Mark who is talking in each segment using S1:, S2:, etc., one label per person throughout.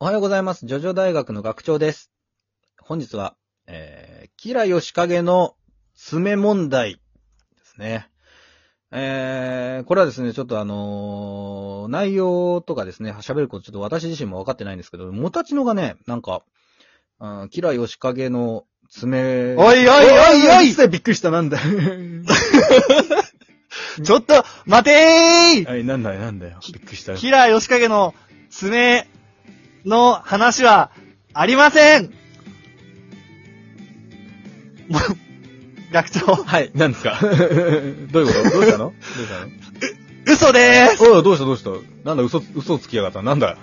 S1: おはようございます。ジョジョ大学の学長です。本日は、えー、キラヨシカゲの爪問題ですね。えー、これはですね、ちょっとあのー内容とかですね、喋ることちょっと私自身も分かってないんですけど、モタチノがね、なんか、あーキラヨシカゲの爪、
S2: おいおいおいおい
S1: おいびっくりした、 なんだ。
S2: ちょっと、待てー
S1: はい、なんだよ、なんだよ。びっくりした。
S2: キラー吉影の爪の話はありません もう学長、
S1: はい、なんですか どういうことどうしたのどうしたの
S2: 嘘でーす
S1: おい、どうしたどうしたなんだ、嘘、嘘つきやがった。なんだ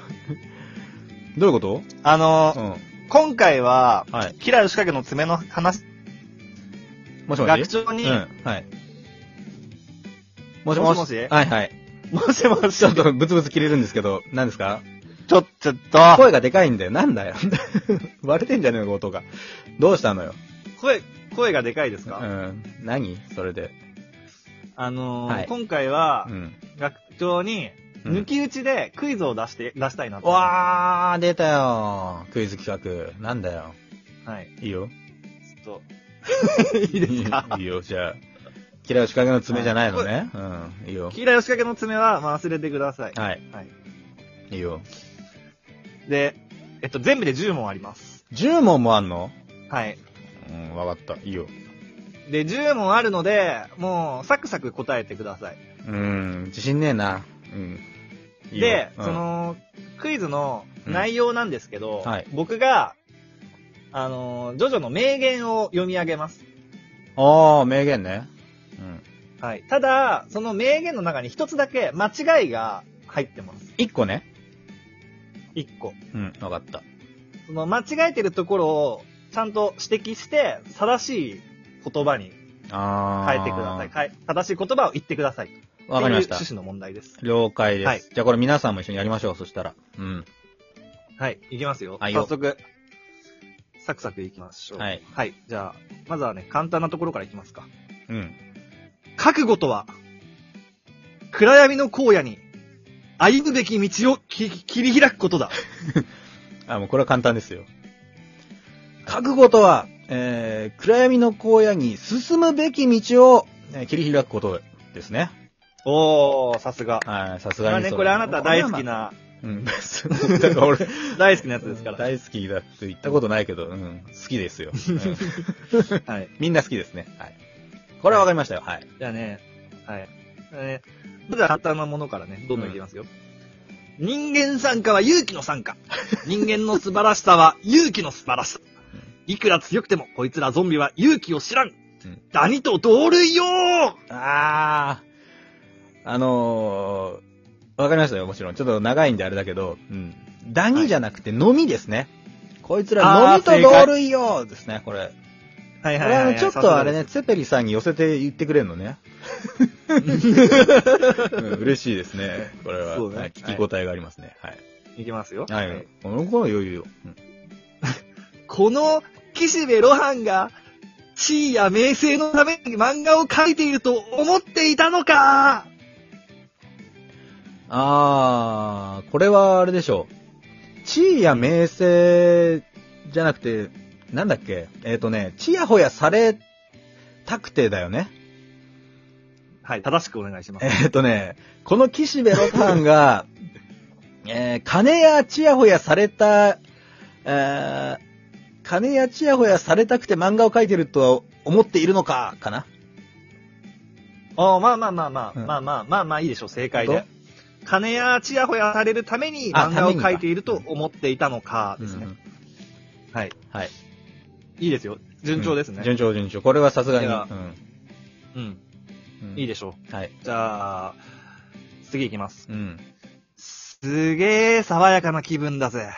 S1: どういうこと
S2: あの
S1: う
S2: ー、
S1: ん。
S2: 今回は、
S1: はい。
S2: キラー吉影の爪の話、
S1: もしもし
S2: 学長に、
S1: うん。はい。もしもし。
S2: もしもし
S1: はいはい。
S2: もしもし、
S1: ちょっとブツブツ切れるんですけど、何ですか
S2: ちょ、ちょっと、
S1: 声がでかいんだよ。なんだよ。 割れてんじゃねえのか、音が。どうしたのよ。
S2: 声、声がでかいです
S1: う
S2: か、
S1: ん。何それで。
S2: あのー
S1: はい
S2: 今回は
S1: う、ん。
S2: 学長に、
S1: うん
S2: 抜き打ちでクイズを出して、出したいなと。
S1: わー、出たよ。クイズ企画。なんだよ。
S2: はい。
S1: いいよ。
S2: ちょっ と、いいですか
S1: いいよ、じゃあ。キラヨシカゲの爪じゃないのね。うん。いいよ。
S2: 黄色吉掛の爪はまあ忘れてください。
S1: はい。
S2: はい。
S1: いいよ。
S2: で、えっと、全部で10問あります。
S1: 10問もあんの
S2: はい。
S1: うん、わかった。いいよ。
S2: で、10問あるので、もう、サクサク答えてください。
S1: うん、自信ねえな。うん。いいよ
S2: で、
S1: うん
S2: その、クイズの内容なんですけど、
S1: うんはい
S2: 僕が、あのー、ジョジョの名言を読み上げます。
S1: ああ、名言ね。うん。
S2: はい。ただ、その名言の中に一つだけ間違いが入ってます。
S1: 1個ね。
S2: 一個。
S1: うん、わかった。
S2: その間違えてるところを、ちゃんと指摘して、正しい言葉に
S1: ああ。
S2: 変えてください。はい正しい言葉を言ってください。
S1: い。わかりまし
S2: って
S1: た
S2: い。う趣旨の問題です。
S1: 了解です。
S2: はい
S1: じゃあこれ皆さんも一緒にやりましょう、そしたら。うん。
S2: はい、いきますよ。
S1: はいよ
S2: 早速、サクサクいきましょう。
S1: はい。
S2: じゃあ、まずはね、簡単なところからいきますか。
S1: うん。
S2: 覚悟とは、暗闇の荒野に、歩むべき道をき切り開くことだ。
S1: あ、もうこれは簡単ですよ。覚悟とは、えー、暗闇の荒野に進むべき道を、えー切り開くことですね。
S2: おー、さすが。
S1: はい、さす
S2: ま
S1: が
S2: あ
S1: に
S2: ね、
S1: そう
S2: これあなた 大好き。な、
S1: うん、だから俺、
S2: 大好きなやつですから。
S1: 大好きだって言ったことないけど、うん、好きですよ。うん
S2: はい。
S1: みんな好きですね。はい。これはわかりましたよ。はい。
S2: じゃあね、はい。えー、まずは簡単なものからね、どんどんいきますよ。人間参加は勇気の参加。人間の素晴らしさ は勇気の素晴らしさ。いくら強くても、こいつらゾンビは勇気を知らん。
S1: うん
S2: ダニと同類よ
S1: あー。あのー、わかりましたよ。もちろん。ちょっと長いんであれだけど、うん。ダニじゃなくて、のみですね。こいつら、のみ
S2: あ
S1: と
S2: ー正解
S1: 同類よですね、これ。
S2: はい
S1: これはねちょっとあれね、。ツェペリさんに寄せて言ってくれるの ね。うん嬉しいですね。これは、
S2: そうね
S1: はい聞き応えがありますね。はい。
S2: いきますよ。
S1: はい。この子の余裕よ。うん
S2: この、岸辺露伴が、地位や名声のために漫画を描いていると思っていたのか
S1: あー、これはあれでしょう。地位や名声じゃなくて、なんだっけえっ、とね、ちやほやされたくてだよね。
S2: はい、正しくお願いします。
S1: えっ、とね、この岸辺露伴が、 えー金やちやほやされた、えー金やちやほやされたくて漫画を描いてるとは思っているのか、かな
S2: おーまあまあまあまあ、
S1: うん
S2: まあまあまあまあいいでしょう、正解
S1: 本
S2: で。金やちやほやされるために
S1: あ
S2: 漫画を
S1: ためにか
S2: 描いていると思っていたのか、ですね、
S1: うん
S2: はい。
S1: はい。
S2: いいですよ。順調ですね
S1: うん。順調順調。これはさすがに。
S2: では
S1: うん
S2: うん。
S1: うん
S2: いいでしょ
S1: はい。
S2: う。じゃあ、次いきます。
S1: うん。
S2: すげえ爽やかな気分だぜ。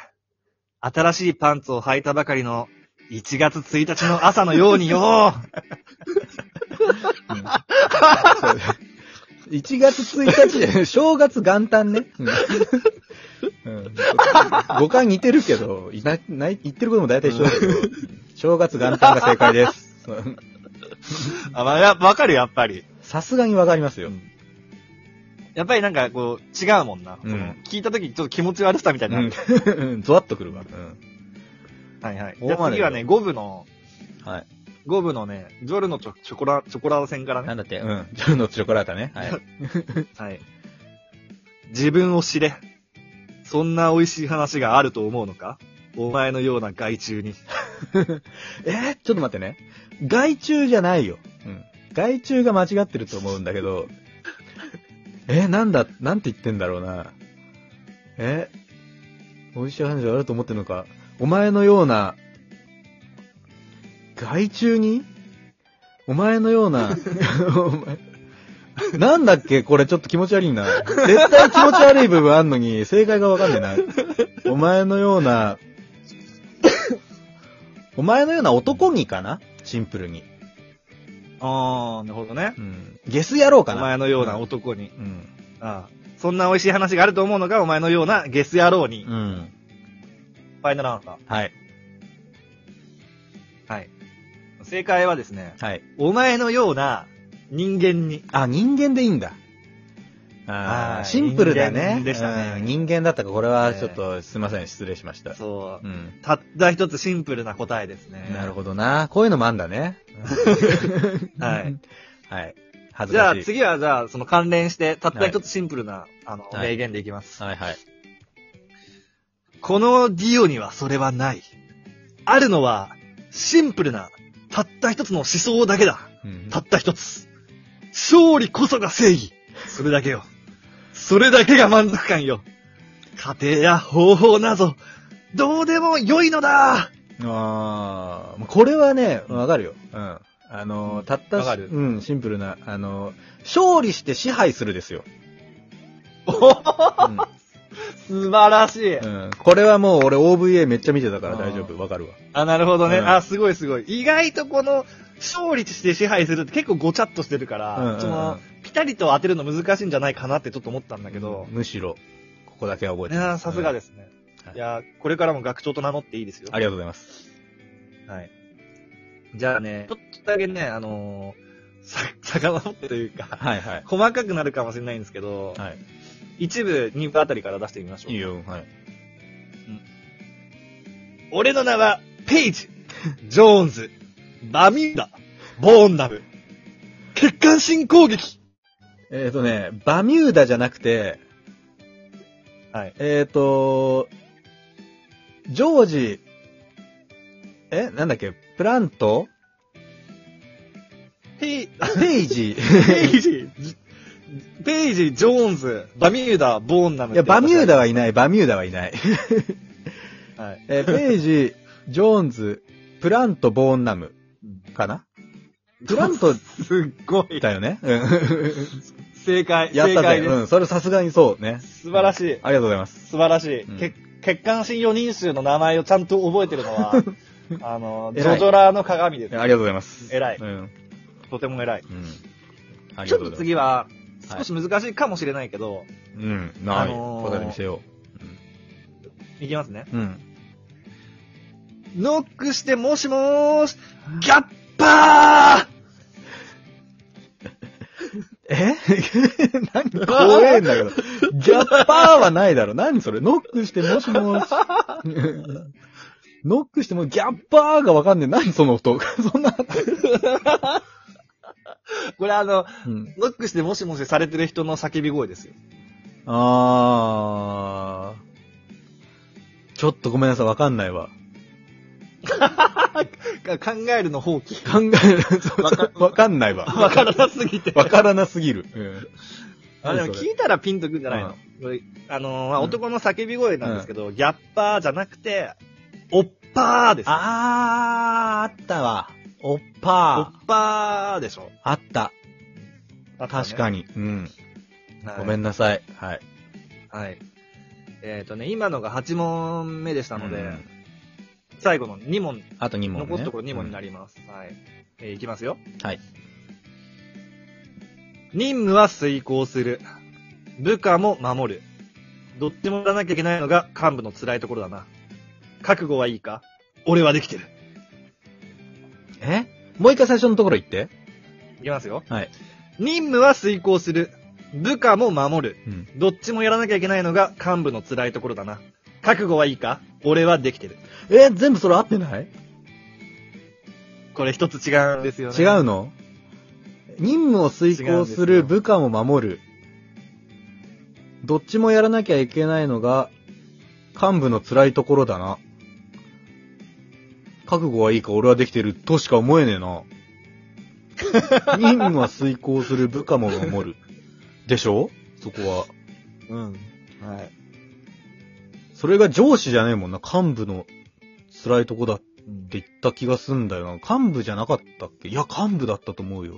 S2: 新しいパンツを履いたばかりの1月1日の朝のよう によ。
S1: そうだ1月1日じゃない 正月元旦ね。うんうん五感似てるけど、いなない言ってることも大体一緒だけど、正月元旦が正解です。うん
S2: あ、まあやわかる、やっぱり。
S1: さすがにわかりますよ。
S2: やっぱりなんかこう、違うもんな。
S1: うん
S2: その聞いた時にちょっと気持ち悪さみたいになる。
S1: うん。ゾワッとくるわ。うん。
S2: はいはい。
S1: こ
S2: じ
S1: こまで
S2: ゃあ次はね、5部の、
S1: はい。
S2: 5部のね、ジョルのチョチョコラ、チョコラ戦から
S1: な
S2: ね。
S1: んだって、うん。ジョルのチョコラータね。はい。
S2: はい。自分を知れ。そんな美味しい話があると思うのかお前のような害虫に。
S1: えーちょっと待ってね。害虫じゃないよ。うん。害虫が間違ってると思うんだけど。えーなんだ、なんて言ってんだろうな。え美味しい話があると思ってんのか。お前のような、害虫にお前のような、 お前、なんだっけこれちょっと気持ち悪いな。絶対気持ち悪い部分あんのに、正解がわかんないな。お前のような、お前のような男にかなシンプルに。
S2: あー、なるほどね。
S1: うん。ゲス野郎
S2: お
S1: かな
S2: 前のような男に。
S1: うん。
S2: あーそんな美味しい話があると思うのかお前のようなゲス野郎に。
S1: う
S2: フ
S1: ん。
S2: ァイナルアンサ
S1: はい。
S2: ー。はい。正解はですね、
S1: はい。
S2: お前のような人間に。
S1: あ、人間でいいんだ。あ
S2: は
S1: あ、
S2: い
S1: シンプルだね。
S2: 人間でしたね
S1: うん人間だったか、これはちょっと、すいません、失礼しました。
S2: そう。
S1: うん。
S2: たった一つシンプルな答えですね。
S1: なるほどな。こういうのもあんだね。
S2: はい。
S1: はい。恥ず
S2: じゃ
S1: か
S2: あ
S1: しい。
S2: 次はじゃあその関連して、たった一つシンプルな、あの、
S1: はい
S2: 名言でいきます。
S1: はいはい。
S2: このディオにはそれはない。あるのは、シンプルな、たった一つの思想だけだ。
S1: うん
S2: たった一つ。勝利こそが正義。それだけよ。それだけが満足感よ。家庭や方法など、どうでも良いのだ
S1: ああ、これはね、わかるよ。うん。あのー、たった
S2: わか
S1: し、
S2: る
S1: うん、シンプルな、あのー、勝利して支配するですよ。うん
S2: 素晴らしい。
S1: うんこれはもう俺 OVA めっちゃ見てたから大丈夫。わかるわ。
S2: あ、なるほどね。
S1: うん
S2: あ、すごいすごい。意外とこの、勝利して支配するって結構ごちゃっとしてるか
S1: うんうんう
S2: ら、
S1: ん
S2: その、ピタリと当てるの難しいんじゃないかなってちょっと思ったんだけど、
S1: むしろ、ここだけは覚え
S2: い
S1: てま
S2: やーさすがですね
S1: うん。
S2: いやーこれからも学長と名乗っていいですよ
S1: うん。ありがとうございます。
S2: はい。じゃあね、ちょっとだけね、あのー、さ、遡ってというか、
S1: はいはい。
S2: 細かくなるかもしれないんですけど、
S1: はい。
S2: 一部、二部あたりから出してみましょう。
S1: いいよ、はい。
S2: 俺の名は、ペイジ、ジョーンズ、バミューダ、ボーンダム、血管新攻撃。
S1: えっ、ー、とね、バミューダじゃなくて、
S2: はい。
S1: えっ、ー、と、ジョージ、え、なんだっけ、プラント
S2: ペイ、
S1: ペイ ジ。
S2: ペイジ、じペイジ、ジョーンズ、バミューダ、ボーンダム。
S1: いや、バミューダ
S2: は、
S1: はいない、バミューダはいない。
S2: はい。
S1: えーペイジ、ジョーンズ、プラント、ボーンナム、か なプラント
S2: すっごい。
S1: だよねうん。
S2: 正解、
S1: やっ
S2: 正
S1: た
S2: 解
S1: ね。
S2: で
S1: うん、それさすがにそうね。
S2: す。素晴らしい。
S1: ありがとうございます。
S2: 素晴らしい。
S1: うん
S2: け血管新4人衆の名前をちゃんと覚えてるの は、あの、ジ
S1: 偉い
S2: ョジョラの鏡です。
S1: ありがとうございます。
S2: 偉い
S1: うん。うん。
S2: とても偉い。
S1: あり
S2: ち
S1: が
S2: ょ
S1: と
S2: っ
S1: うございます。
S2: と次は、少し難しいかもしれないけど、
S1: うん。な
S2: あ
S1: い。
S2: のー
S1: 答え見せよ
S2: いきますね。
S1: う。うん。
S2: ノックして、もしもーし、ギャッパ
S1: えなんか怖えんだけど。ギャッパーはないだろ。何それノックしてもし もし。ノックしてもギャッパーがわかんねえ。何その音。 そんな。
S2: ーこれあの、
S1: うん。
S2: ノックしてもしもしされてる人の叫び声ですよ。
S1: あー。ちょっとごめんなさい。わかんないわ。
S2: か考えるの放棄。
S1: 考え、わかんないわ。
S2: わからなすぎて。
S1: わからなすぎる。うん。
S2: あでも聞いたらピンとくんじゃないの、これあのーまあ、
S1: うん
S2: 男の叫び声なんですけど、ギャッパーじゃなくて、おっぱーです。
S1: あー、あったわ。おっ
S2: お
S1: ぱ
S2: っぱーでしょ。
S1: ー。あった。確か
S2: に。
S1: に。うん。ご
S2: は
S1: め
S2: い。
S1: んなさい。はい。
S2: はい。えっ、とね、今のが8問目でした
S1: な
S2: の
S1: の
S2: で、
S1: で、
S2: 最後の2問、
S1: あと2問ね。
S2: 残すところ2問にな
S1: り。
S2: ります。はい。えーいきますよ。
S1: はい。
S2: 任務は遂行する。部下も守る。どっちもやらなきゃいけないのが幹部の辛いところだな。覚悟はいいか俺はできてる。
S1: えもう一回最初のところ行って。
S2: いきますよ。
S1: はい。
S2: 任務は遂行する。部下も守る。
S1: うん。
S2: どっちもやらなきゃいけないのが幹部の辛いところだな。覚悟はいいか俺はできてる。
S1: えー全部それ合ってない
S2: これ一つ違うんですよね。
S1: 違うの任務を遂行す
S2: 違う
S1: る
S2: んですよ
S1: 部下も守る。どっちもやらなきゃいけないのが、幹部の辛いところだな。覚悟はいいか俺はできてるとしか思えねえ な。任務は遂行する部下も守る。でしょそこは。
S2: うん。はい。
S1: それが上司じゃねえもんな。幹部の辛いとこだって
S2: うん
S1: 言った気がすんだよな。幹部じゃなかったっけいや、幹部だったと思うよ。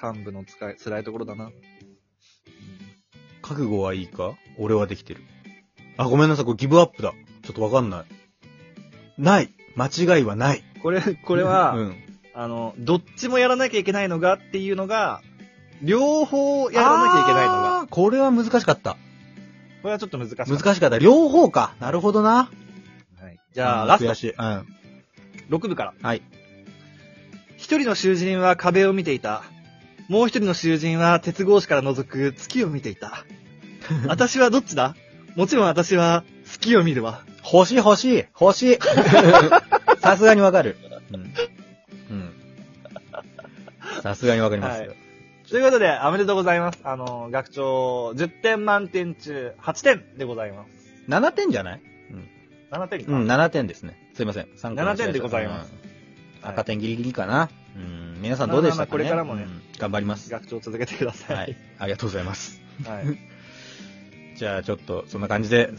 S2: 幹部の使い辛いところだな。
S1: 覚悟はいいか俺はできてる。あ、ごめんなさい。これギブアップだ。ちょっとわかんない。ない。間違いはない。
S2: これ、これは、
S1: うん。
S2: あの、どっちもやらなきゃいけないのがっていうのが、両方やらなきゃいけないのが。
S1: あー。これは難しかった。
S2: これはちょっと難しい。
S1: 難しかった。両方か。なるほどな。
S2: はい。じゃあ、
S1: うん
S2: ラス
S1: 悔しい。うん。
S2: ト、6部から。
S1: はい。
S2: 一人の囚人は壁を見ていた。もう一人の囚人は鉄格子から覗く月を見てい た。私はどっちだもちろん私は月を見るわ。
S1: 欲しい欲しい欲 しいさすがにわかる。うん。うん。さすがにわかりますよ。
S2: はということで、おめでとうございます。あの、学長、10点満点中、8点でございます。
S1: 7点じゃない
S2: 7点か。
S1: うん、7点ですね。すいません。参考にしました
S2: 7点でございます。
S1: うん赤点ギリギリかな。うん、皆さんどうでしたかね
S2: まあまあまあこれからもね
S1: うん頑張ります。
S2: 学長続けてください。
S1: はい。ありがとうございます。
S2: はい。
S1: じゃあ、ちょっと、そんな感じで、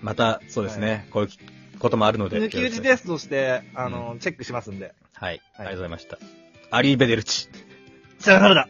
S1: また、そうですね、こういうこともあるので。
S2: 抜き打ち
S1: で。
S2: テストして、あの、チェックしますんで。
S1: はい。ありが
S2: はい
S1: とうございました。アリーベデルチ。
S2: さよならだ